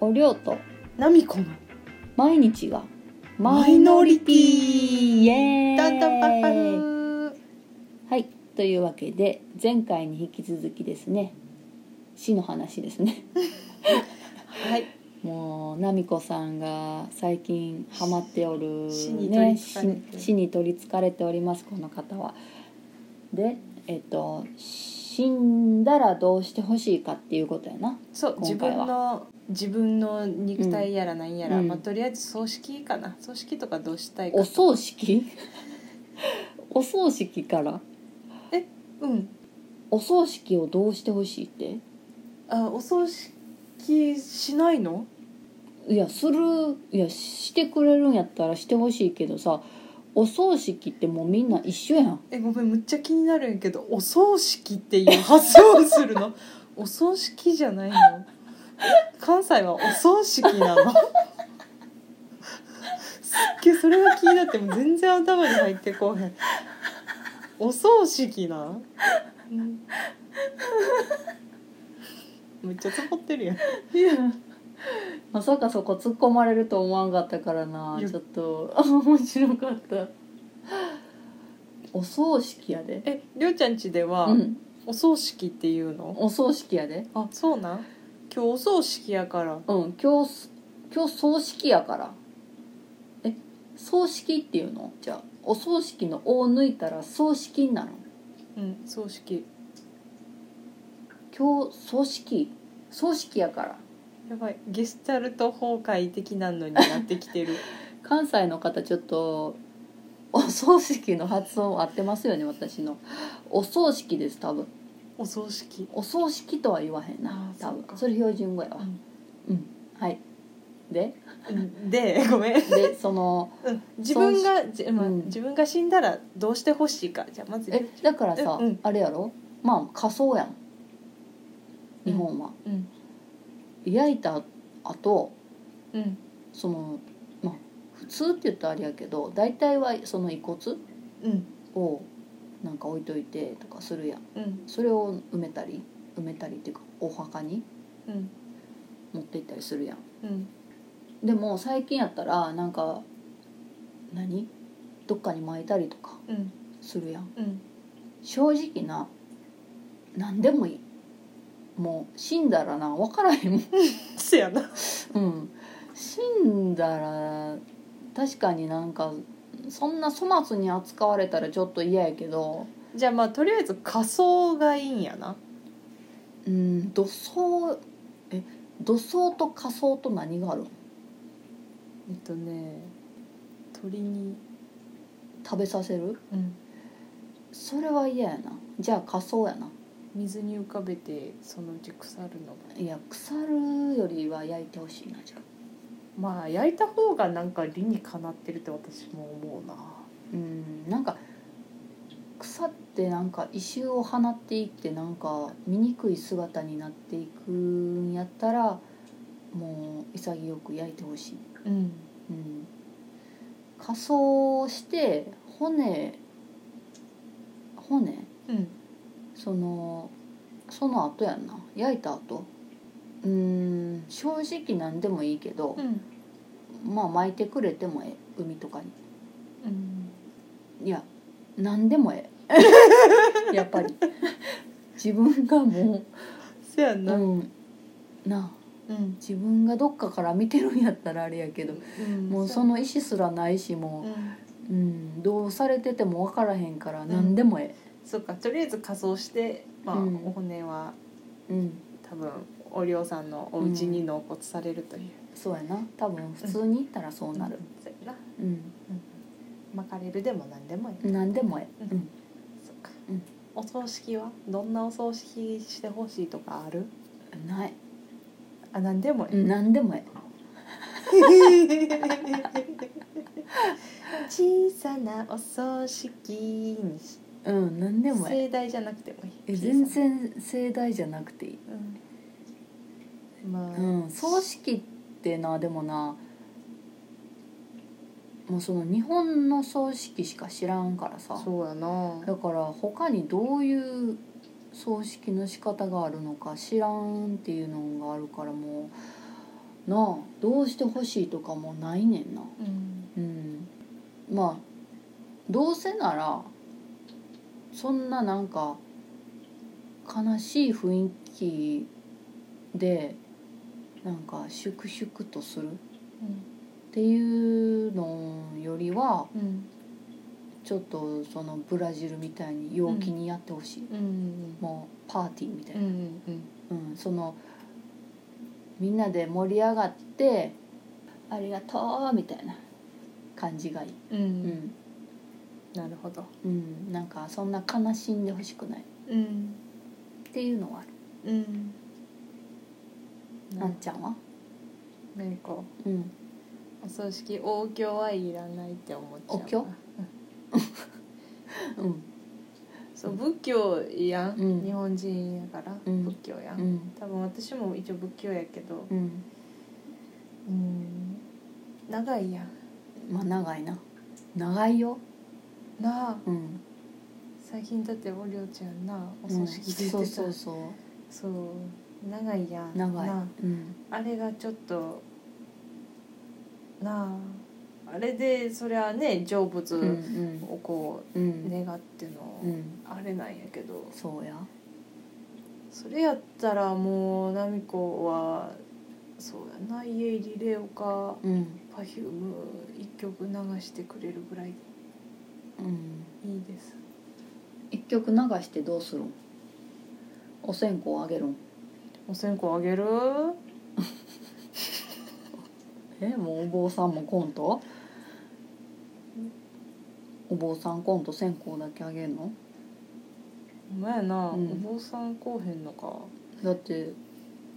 おりょうとナミコの毎日がマイノリティイエーイタンタンパンパンはいというわけで前回に引き続きですね死の話です ねはいもう奈美子さんが最近ハマっておる、ね、死に取りつかれて死死に取りつかれておりますこの方は。でえっと死んだらどうしてほしいかっていうことやな。そう自今回分はの自分の肉体やらなんやら、うんまあ、とりあえず葬式かな葬式とかどうしたいかお葬式 お葬式からうんお葬式をどうしてほしいってあお葬式しないのいやするいやしてくれるんやったらしてほしいけどさお葬式ってもうみんな一緒やんえごめんむっちゃ気になるんやけどお葬式っていう発想をする のお葬式じゃないの関西はお葬式なのすっげえそれが気になっても全然頭に入ってこうへんお葬式なんうんむっちゃつぼってるやんまさかそこ突っ込まれると思わんかったからないやちょっと 面白かったお葬式やでえりょうちゃんちでは、うんお葬式っていうのお葬式やであそうなん今日お葬式やからうん今日今日葬式やからえ葬式っていうのじゃあお葬式の「お」を抜いたら葬式になるのうん葬式今日葬式葬式やからやばいゲスタルト崩壊的なのになってきてる関西の方ちょっとお葬式の発音合ってますよね私のお葬式です多分 お葬式お葬式とは言わへんなあ多ーそう分かそれ標準語やわうんうんはいでうんでごめん、 でそのうん、自分がじ、まあうん自分が死んだらどうしてほしいかじゃあまずえだからさ、うんうんあれやろまあ仮想やん日本は、うん焼いた後うんそのまあ普通って言ったらあれやけど大体はその遺骨うんをなんか置いといてとかするやんうんそれを埋めたり埋めたりっていうかお墓にうん持って行ったりするやんうんでも最近やったらなんか何どっかに巻いたりとかうんするやんうん正直な何でもいいもう死んだらな分からへんも ん、せやなうん、死んだら確かになんかそんな粗末に扱われたらちょっと嫌やけどじゃあまあとりあえず仮装がいいんやなうん土葬え土葬と火葬と何があるのえっとね鳥に食べさせるうんそれは嫌やなじゃあ仮想やな水に浮かべてそのうち腐るのいや腐るよりは焼いてほしいなじゃあまあ焼いた方がなんか理にかなってるって私も思うなうんなんか腐ってなんか異臭を放っていってなんか醜い姿になっていくんやったらもう潔く焼いてほしい、うんうん、仮装して骨骨うんそのその後やんな焼いた後うーん正直何でもいいけどう、んまあ巻いてくれてもええ海とかにうんいや何でもええ やっぱり自分がもせ やう、なうん、なあうん自分がどっかから見てるんやったらあれやけど、もうその意思すらないしうもんう、うん、どうされてても分からへんから何でもえそうかとりあえず仮装してまあ、うんお骨はえ、うん、多分おりょうさんのお家に納骨されるという、そうやな多分普通に行ったらそうなる、そうやなうん、巻かれるでも何でもいい、何でもええ、ううんんそうか、うんお葬式はどんなお葬式してほしいとかあるないあ何でもいい、何でもえ 小さなお葬式にしえうん何でもえ盛大じゃなくてもいいええ小さ全然盛大じゃなくていい、なうんまあ、うん、葬式ってなでもなもうその日本の葬式しか知らんからさそうやなだから他にどういう葬式の仕方があるのか知らんっていうのがあるからもうなあどうしてほしいとかもないねんなうんうんまあどうせならそんななんか悲しい雰囲気でなんか粛々とするっていうのよりはうんちょっとそのブラジルみたいに陽気にやってほしい、うんうんもうパーティーみたいうんうな、んうんうんそのみんなで盛り上がって「ありがとう」みたいな感じがいい、ううんん、なるほどうん、なんかそんな悲しんでほしくないっうんていうのはある、うんあなんちゃんはなんかうんお葬式応挙はいらないって思っちゃうな応挙うんそう仏教やん、うん日本人やから、うん仏教やん、うん多分私も一応仏教やけどうんうん長いやんまあ長いな長いよなあうん最近だっておりょうちゃんなおう葬ん式出てた、そうそうそうそ長いやんう長いなうんああれがちょっとなああれでそりゃね成うんう仏んをこううん願っての、うんあれなんやけどそうやそれやったらもう奈美子はそうやな家入りレオかうんパフューム一曲流してくれるぐらいいうんいです一曲流してどうするんお線香あげるんお線香あげるえもうお坊さんもコントお坊さんコント線香だけあげるのお前やな、うんお坊さんこうへんのかだって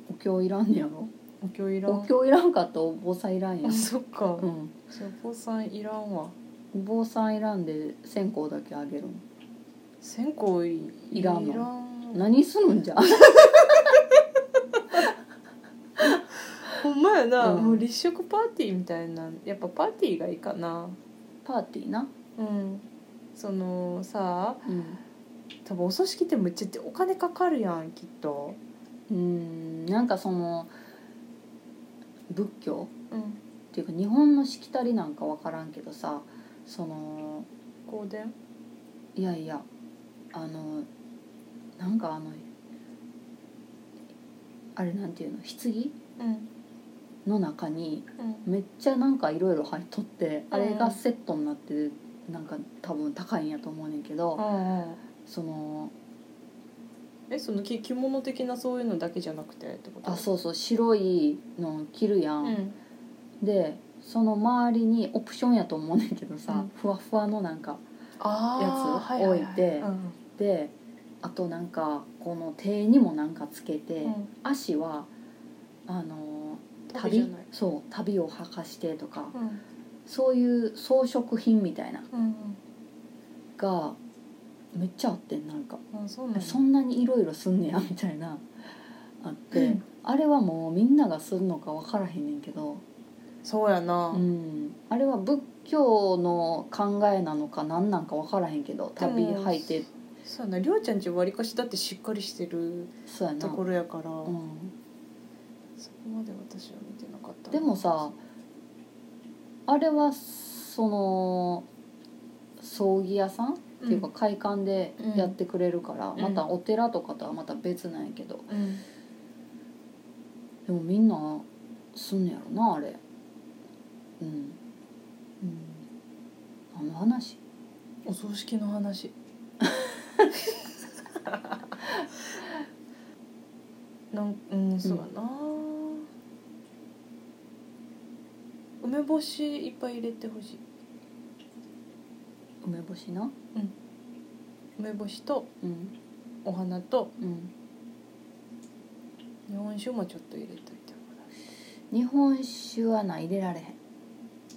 お経いらんねやろお経いらんお経いらんかったらお坊さんいらんやあん、そっか、うん、じゃあお坊さんいらんわお坊さんいらんで線香だけあげるん線香いいらんのいらん何するんじゃほんまやな、うんもう立食パーティーみたいなやっぱパーティーがいいかなパーティーなうんそのさうん多分お葬式ってめっちゃお金かかるやんきっとうーんなんかその仏教うんっていうか日本のしきたりなんかわからんけどさその香典いやいやあのなんかあのあれなんていうの棺うんの中にうんめっちゃなんかいろいろ入っとってあれがセットになってなんか多分高いんやと思うねんけど、うんうんそのえそのき着物的なそういうのだけじゃなくてってことあそうそう白いの着るや、うんんでその周りにオプションやと思うねんけどさ、うんふわふわのなんかあーやつを置いてはははであとなんかこの手にもなんかつけて、いうんうん足はあの旅じゃ旅ないそう旅を履かしてとか、うんそういう装飾品みたいなうんがめっちゃあってんなんか、うんあそうなんやそんなにいろいろすんねやみたいなあって、うんあれはもうみんながするのか分からへんねんけど。そうやな、うん、あれは仏教の考えなのか何なんか分からへんけどでも旅履いてそうやなりょうちゃんちわりかしだってしっかりしてるそうやなと、ころやから、うん、そこまで私は見てなかったでなもさあれはその葬儀屋さん、っていうか会館でやってくれるから、うんまたお寺とかとはまた別なんやけどうんでもみんなすんねやろなあれうんうんあの話お葬式の話 なんうんそうやな、梅干しいっぱい入れてほしい梅干しな梅干しとうんお花とうん日本酒もちょっと入れといてもらう日本酒はな入れられへん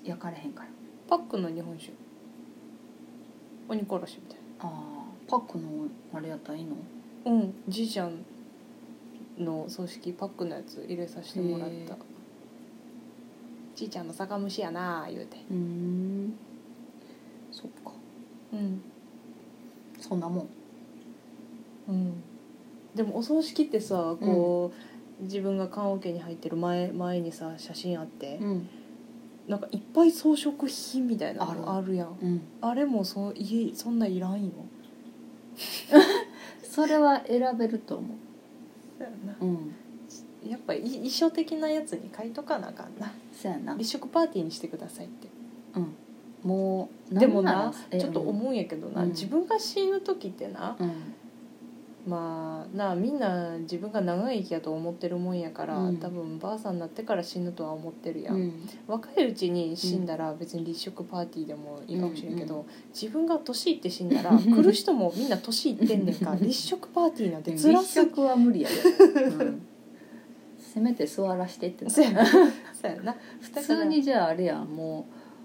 焼かれへんからパックの日本酒鬼殺しみたいあーパックのあれやったらいいのなうんじいちゃんの葬式パックのやつ入れさせてもらっへたーじいちゃんの酒蒸しやなあ言うてうーんそっかうんそんなもんうんでもお葬式ってさこう、自分が棺桶に入ってる前前にさ写真あって、うんなんかいっぱい装飾品みたいなのああるやんうんあれもそいそんないらんよそれは選べると思ううんやっぱい衣装的なやつに書いとかなあかんなそやな立食パーティーにしてくださいってうんもうでもんならえちょっと思うんやけどな、うん自分が死ぬ時ってな、うんまあなあみんな自分が長生きやと思ってるもんやから、うん多分ばあさんになってから死ぬとは思ってるや、うんん若いうちに死んだら別に立食パーティーでもいいかもしれんけうど、ん自分が年いって死んだら来る人もみんな年いってんねん から立食パーティーなんてでも辛立すぎ食は無 理やで、うん、せめて座らしてってなそうやなそうやな普通にじゃああれやんも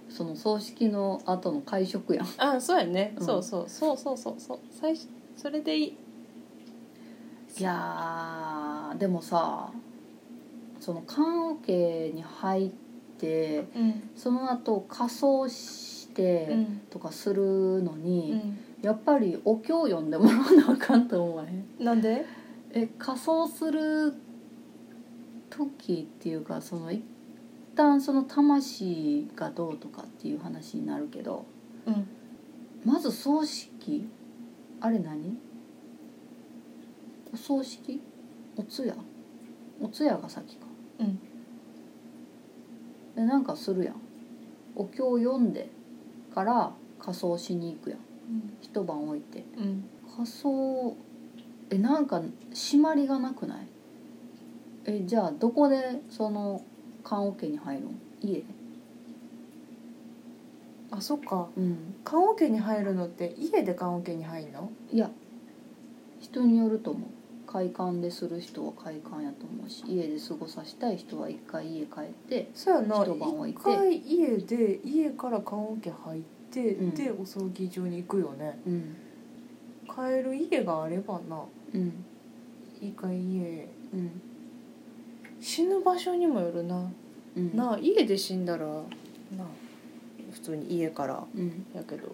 うその葬式の後の会食やんあそうやね、うんそうそうそうそうそうそう最初それでいいいやーでもさその棺桶に入ってうんその後仮装してうんとかするのうに、んやっぱりお経読んでもらわなあかんと思わへんなんでえ仮装する時っていうかその一旦その魂がどうとかっていう話になるけどうんまず葬式あれ何お葬式お通夜お通夜が先かうんでなんかするやんお経を読んでから仮装しに行くやん一晩置いてうん仮装えなんか締まりがなくないえじゃあどこでその棺桶に入るん家あそっかうん棺桶に入るのって家で棺桶に入るのいや人によると思う快感でする人は快感やと思うし家で過ごさせたい人は一回家帰ってそうやな一晩置いて一回家で家から棺桶入うって、んでお葬儀場に行くよねうん帰る家があればなうん一回家うん死ぬ場所にもよるな、うんなあ家で死んだらなあ普通に家からうんやけど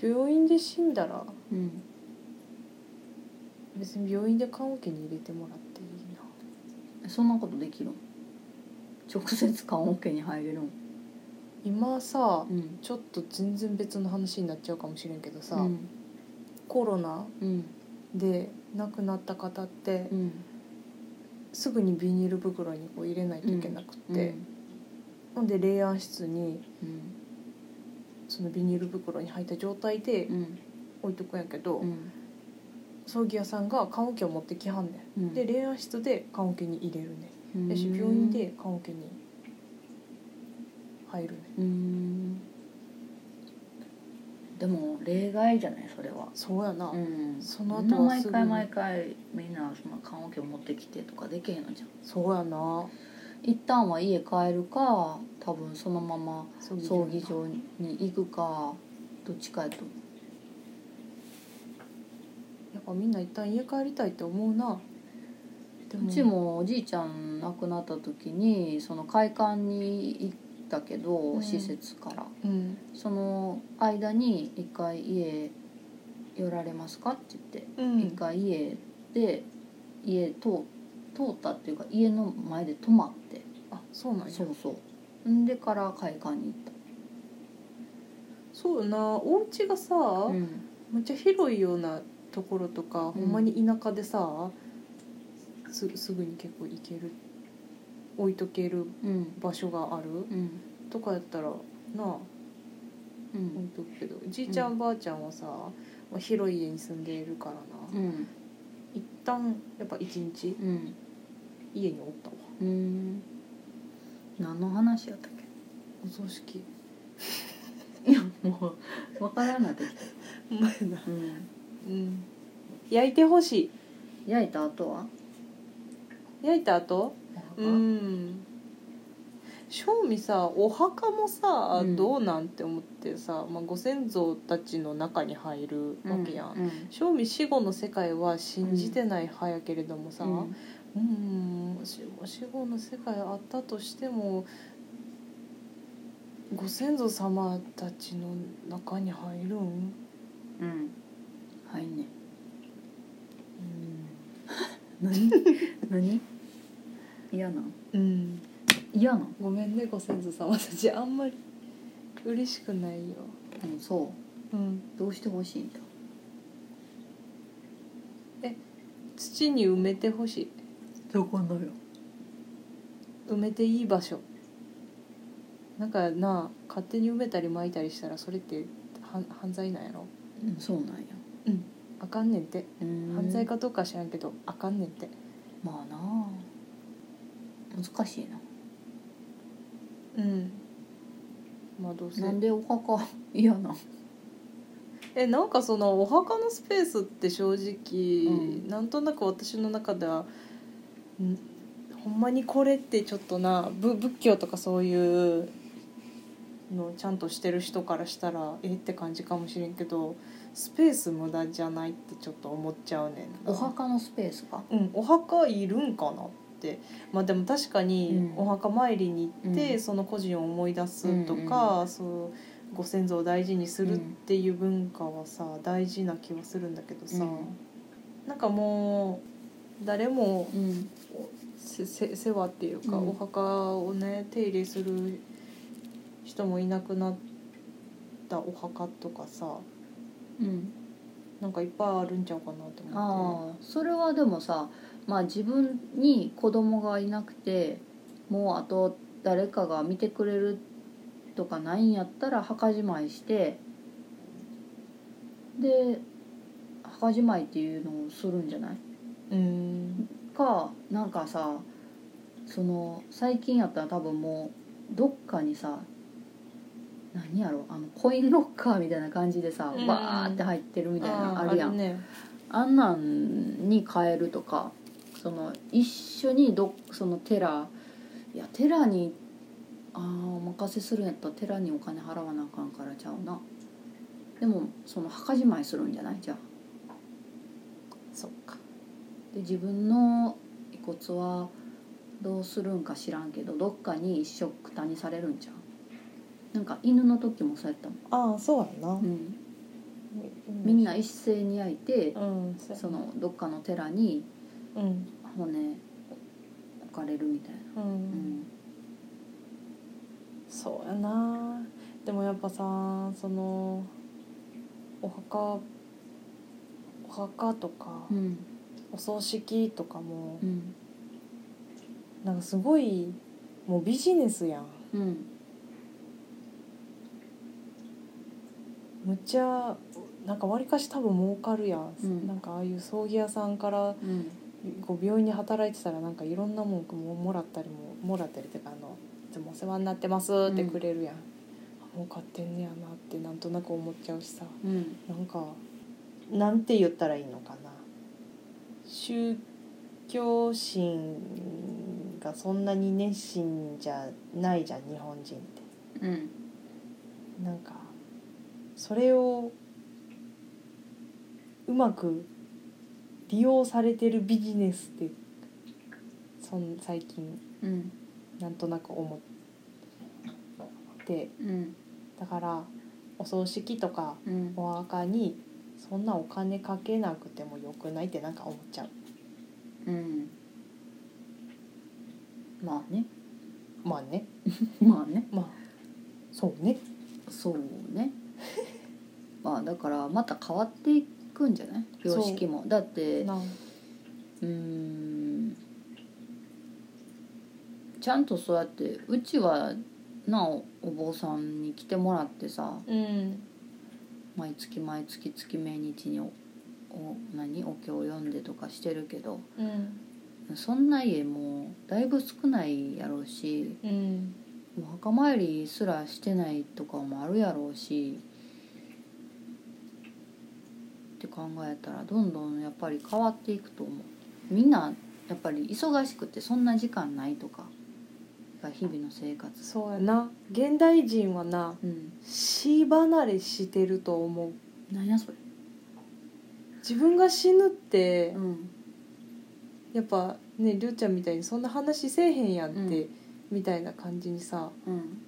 病院で死んだらうん別に病院で棺桶に入れてもらっていいなそんなことできるん直接棺桶に入れるん今さうんちょっと全然別の話になっちゃうかもしれんけどさ、うんコロナうんで亡くなった方ってうんすぐにビニール袋にこう入れないといけなくうんて、ほんで冷暗室にうんそのビニール袋に入った状態でうん置いとくんやけど、うん葬儀屋さんが棺桶を持ってきはんねうんんで冷暗室で棺桶に入れるねうんんやし病院で棺桶に入るうねんんでも例外じゃないそれはそうやな、うんそそのの後は毎すぐ回毎回みんなその棺桶を持ってきてとかできへんのじゃんそうやな一旦は家帰るか多分そのまま葬葬儀場に行くかどっちかやと思やっぱみんな一旦家帰りたいって思うなでううちもおじいちゃん亡くなった時にその会館に行ったけど、うん施設からうんその間に一回家寄られますかって言ってうん一回家で家と通ったっていうか家の前で泊まってあそうなんやそうそうんでから会館に行っそうやなお家がさ、た、うん、めっちゃ広いようなところとか、ほんまに田舎でさすすぐに結構行ける置いとけるうん場所があるうんとかやったらなうあ置いんとくけどじいちゃん、ばあちゃんはさ、まあ、広い家に住んでいるからな、うん一旦やっぱ一日うん家におったわうん何の話やったっお葬式けいやもう分からんなってきた、お前なうん、うん焼いてほしい焼いた後は焼いた後うん正味さお墓もさ、うんどうなんて思ってさ、まあ、ご先祖たちの中に入るわけやん、うん正味死後の世界は信じてない派やけれどもさ、ううんん、死死後の世界あったとしてもご先祖様たちの中に入るん、うんはいねうん、何何嫌なんうん嫌なんごめんねご先祖様たちあんまり嬉しくないよでもそううんどうしてほしいんだ土に埋めてほしいどこのよ埋めていい場所なんかなあ勝手に埋めたり撒いたりしたらそれっては犯罪なんやろうんそうなんやあかんねんてうーん犯罪かどうか知らんけどあかんねんてまあなあ難しいなうんまあどうせなんでお墓嫌なんえなんかそのお墓のスペースって正直、うんなんとなく私の中ではんほんまにこれってちょっとなぶ仏教とかそういうのちゃんとしてる人からしたらえって感じかもしれんけどスペース無駄じゃないってちょっと思っちゃうねんなお墓のスペースかうん、お墓いるんかなってまあでも確かにうんお墓参りに行って、うんその個人を思い出すとか、そうご先祖を大事にするっていう文化はさ大事な気はするんだけどさ、うんなんかもう誰もうんせせ世話っていうか、うんお墓をね手入れする人もいなくなったお墓とかさうんなんかいっぱいあるんちゃうかなと思あって。あそれはでもさまあ自分に子供がいなくてもうあと誰かが見てくれるとかないんやったら墓じまいしてで墓じまいっていうのをするんじゃないうんかなんかさその最近やったら多分もうどっかにさ何やろあのコインロッカーみたいな感じでさ、うんバーって入ってるみたいなあるやんーねあんなんに変えるとかその一緒にどそのテラいやテラにあーお任せするんやったらテラにお金払わなあかんからちゃうなでもその墓じまいするんじゃないじゃあそっかで自分の遺骨はどうするんか知らんけどどっかに一緒くたにされるんじゃうなんか犬の時もそうやったもああそうやな、ん、うん、みんな一斉に焼いてうんそうやそのどっかの寺にうん骨置かれるみたいなうん、うんそうやなでもやっぱさそのお墓お墓とか、うんお葬式とかも、うんなんかすごいもうビジネスやんうんむっちゃなんかわりかし多分儲かるやん、うんなんかああいう葬儀屋さんからうんこう病院に働いてたらなんかいろんなもんももらったりももらったりってかあの「いつもお世話になってます」ってくれるやん、あもう買ってんねやなってなんとなく思っちゃうしさうんなんかなんて言ったらいいのかな宗教心がそんなに熱心じゃないじゃん日本人っうて。んなんかそれをうまく利用されてるビジネスってそん最近うんなんとなく思ってうんだからお葬式とかうんお墓にそんなお金かけなくてもよくないってなんか思っちゃううんまあねまあねまあねまあそうねそうね まあだからまた変わっていくんじゃない様式もだってうなーんちゃんとそうやってうちはなおお坊さんに来てもらってさうん毎月毎月月命日におお何お経を読んでとかしてるけどうんそんな家もだいぶ少ないやろうしうんお墓参りすらしてないとかもあるやろうしって考えたらどんどんやっぱり変わっていくと思うみんなやっぱり忙しくてそんな時間ないとかやっぱ日々の生活そうやな現代人はなうん死離れしてると思う何やそれ自分が死ぬってうんやっぱねりょうちゃんみたいにそんな話せえへんやんって、うみたいな感じにさうん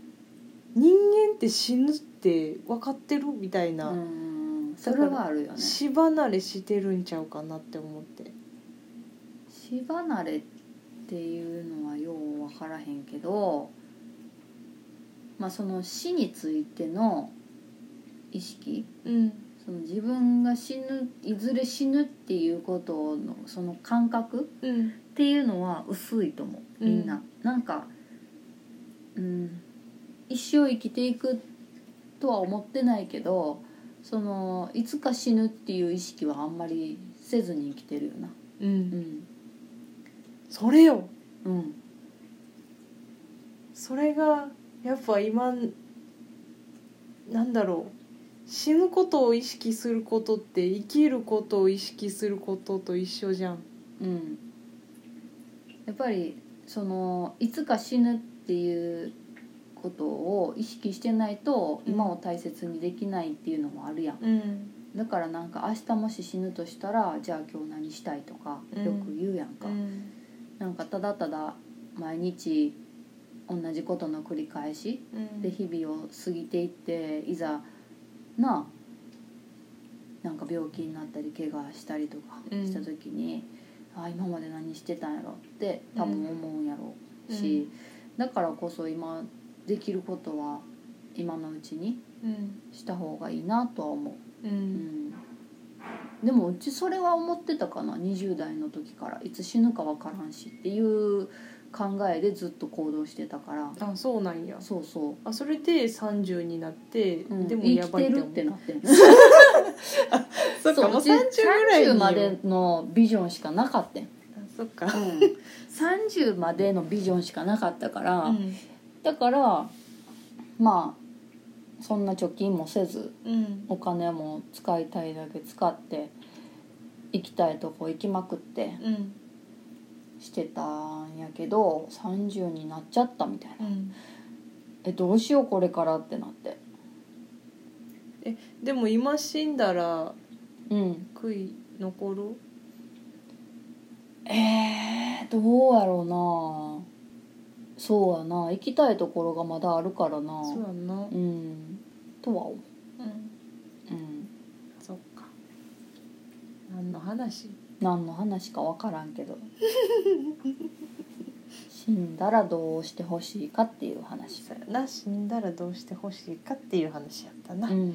人間って死ぬって分かってるみたいな、うんそれはあるよね死離れしてるんちゃうかなって思って死離れっていうのはようわからへんけど、まあ、その死についての意識うんその自分が死ぬいずれ死ぬっていうことのその感覚うんっていうのは薄いと思うみんな、なんか、うん、一生生きていくとは思ってないけどそのいつか死ぬっていう意識はあんまりせずに生きてるよなううんんそれようんそれがやっぱ今なんだろう死ぬことを意識することって生きることを意識することと一緒じゃんうんやっぱりそのいつか死ぬっていうことを意識してないとうん今を大切にできないっていうのもあるやんうんだからなんか明日もし死ぬとしたらじゃあ今日何したいとかうんよく言うやんか、うんなんかただただ毎日同じことの繰り返しうんで日々を過ぎていっていざなあなんか病気になったり怪我したりとかうんした時に、ああ今まで何してたんやろって多分思うんやろうし、だからこそ今できることは今のうちにうんした方がいいなとは思う、ううんん、でもうちそれは思ってたかな20代の時からいつ死ぬか分からんしっていう考えでずっと行動してたからあそうなんやそうそうあそれで30になって、うん、でも生やきばいてって思るうってなってん そっかもう30うちぐらいに30までのビジョンしかなか ったん、あそっか、 30までのビジョンしかなかったから、うんだからまあそんな貯金もせずうんお金も使いたいだけ使って行きたいとこ行きまくってうんしてたんやけど30になっちゃったみたいなうんえどうしようこれからってなってでも今死んだらうん悔い残るえー、どうやろうなそうやな行きたいところがまだあるからなそうやんな、うんうんとは思う、うん、そっか何の話何の話か分からんけ ど死んだらどうしてほしいかっていう話そうやな死んだらどうしてほしいかっていう話やったなうん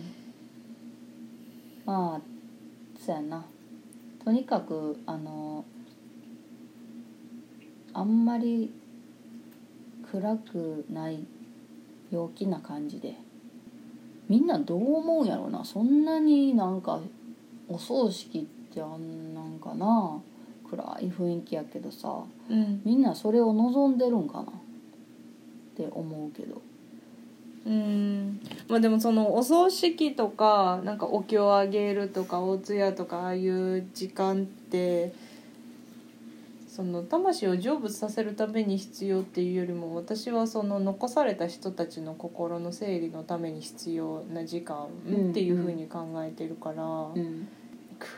まあそうやなとにかくあのあんまり暗くない陽気な感じでみんなどう思うんやろなそんなになんかお葬式ってあんなんかな暗い雰囲気やけどさうんみんなそれを望んでるんかなって思うけどうんまあでもそのお葬式とかなんかお経をあげるとかお通夜とかああいう時間ってその魂を成仏させるために必要っていうよりも私はその残された人たちの心の整理のために必要な時間っていうふうに考えてるから、うん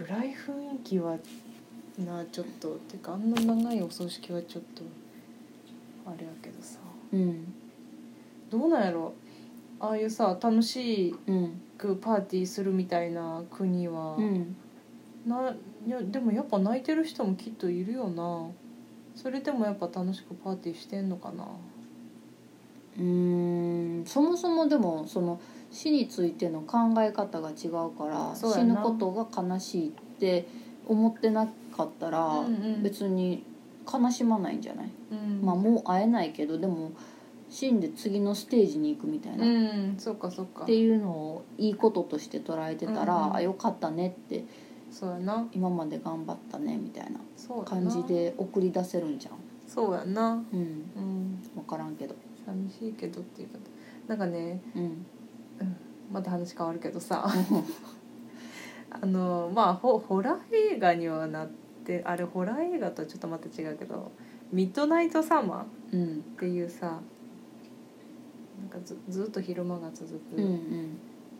暗い雰囲気はなちょっとてかあんな長いお葬式はちょっとあれやけどさうんどうなんやろああいうさ楽しうんくパーティーするみたいな国は、うんないやでもやっぱ泣いてる人もきっといるよなそれでもやっぱ楽しくパーティーしてんのかなうーんそもそもでもその死についての考え方が違うからそうや死ぬなことが悲しいって思ってなかったら、うんうん別に悲しまないんじゃない、うんまあもう会えないけどでも死んで次のステージに行くみたいな、うっんそうかそうかていうのをいいこととして捉えてたら、うんうんあよかったねってそうやな今まで頑張ったねみたいなそうや感なじで送り出せるんじゃんそうやなうんうん分からんけど寂しいけどっていうかなんかねうんうんまた話変わるけど さあのまあホホラー映画にはなってあれホラー映画とはちょっとまた違うけど「ミッドナイトサマうー」んっていうさなんかずずっと昼間が続うん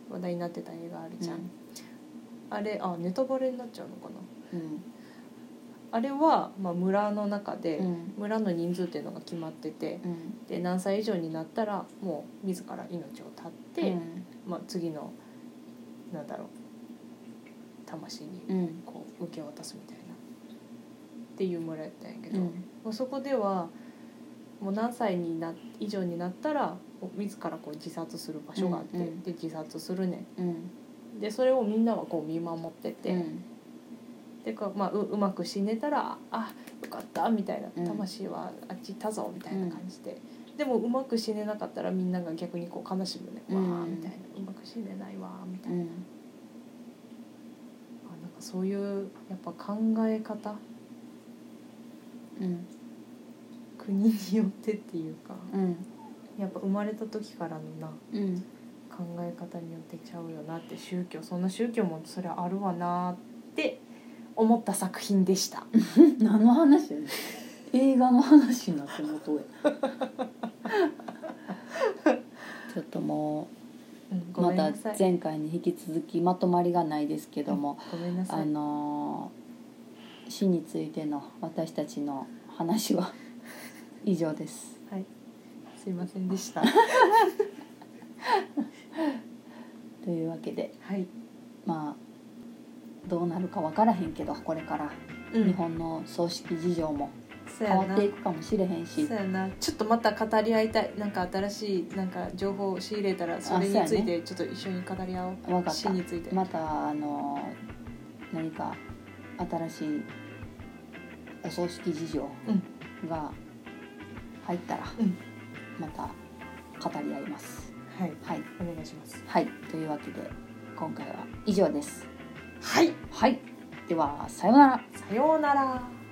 うんく話題になってた映画あるじゃん、うんあれあネタバレになっちゃうのかなうんあれは、まあ、村の中で、うん村の人数っていうのが決まっててうんで何歳以上になったらもう自ら命を絶って、うんまあ、次のなんだろう魂にうんこう受け渡すみたいなっていう村やったんやけうど、んもうそこではもう何歳にな以上になったらこう自らこう自殺する場所があって、うんうんで自殺するねうんんでそれをみんなはこう見守ってて、うんてか、まあ、ううまく死ねたらあよかったみたいなうん魂はあっち行ったぞみたいな感じで、でもうまく死ねなかったらみんなが逆にこう悲しむね、うんわあみたいなうまく死ねないわーみたういな,、んあなんかそういうやっぱ考え方うん国によってっていうかうんやっぱ生まれた時からのなうん考え方によってちゃうよなって宗教そんな宗教もそりゃあるわなーって思った作品でした。何の話やねん映画の話になってもうとうやちょっともうんうごまめんたなさい前回に引き続きまとまりがないですけども、ごめんなさあいのー死についての私たちの話は以上ですはい、すいませんでした。というわけではい、まあどうなるか分からへんけどこれからうん日本の葬式事情もそうや変わなっていくかもしれへんしそうやなちょっとまた語り合いたいなんか新しいなんか情報を仕入れたらそれについてちょっと一緒に語り合おう分かっ死たについて、またあの何か新しいお葬式事情が入ったら、うんまた語り合います。はいはい、お願いしますはい、というわけで今回は以上です。はいはい、ではさようなら。さようなら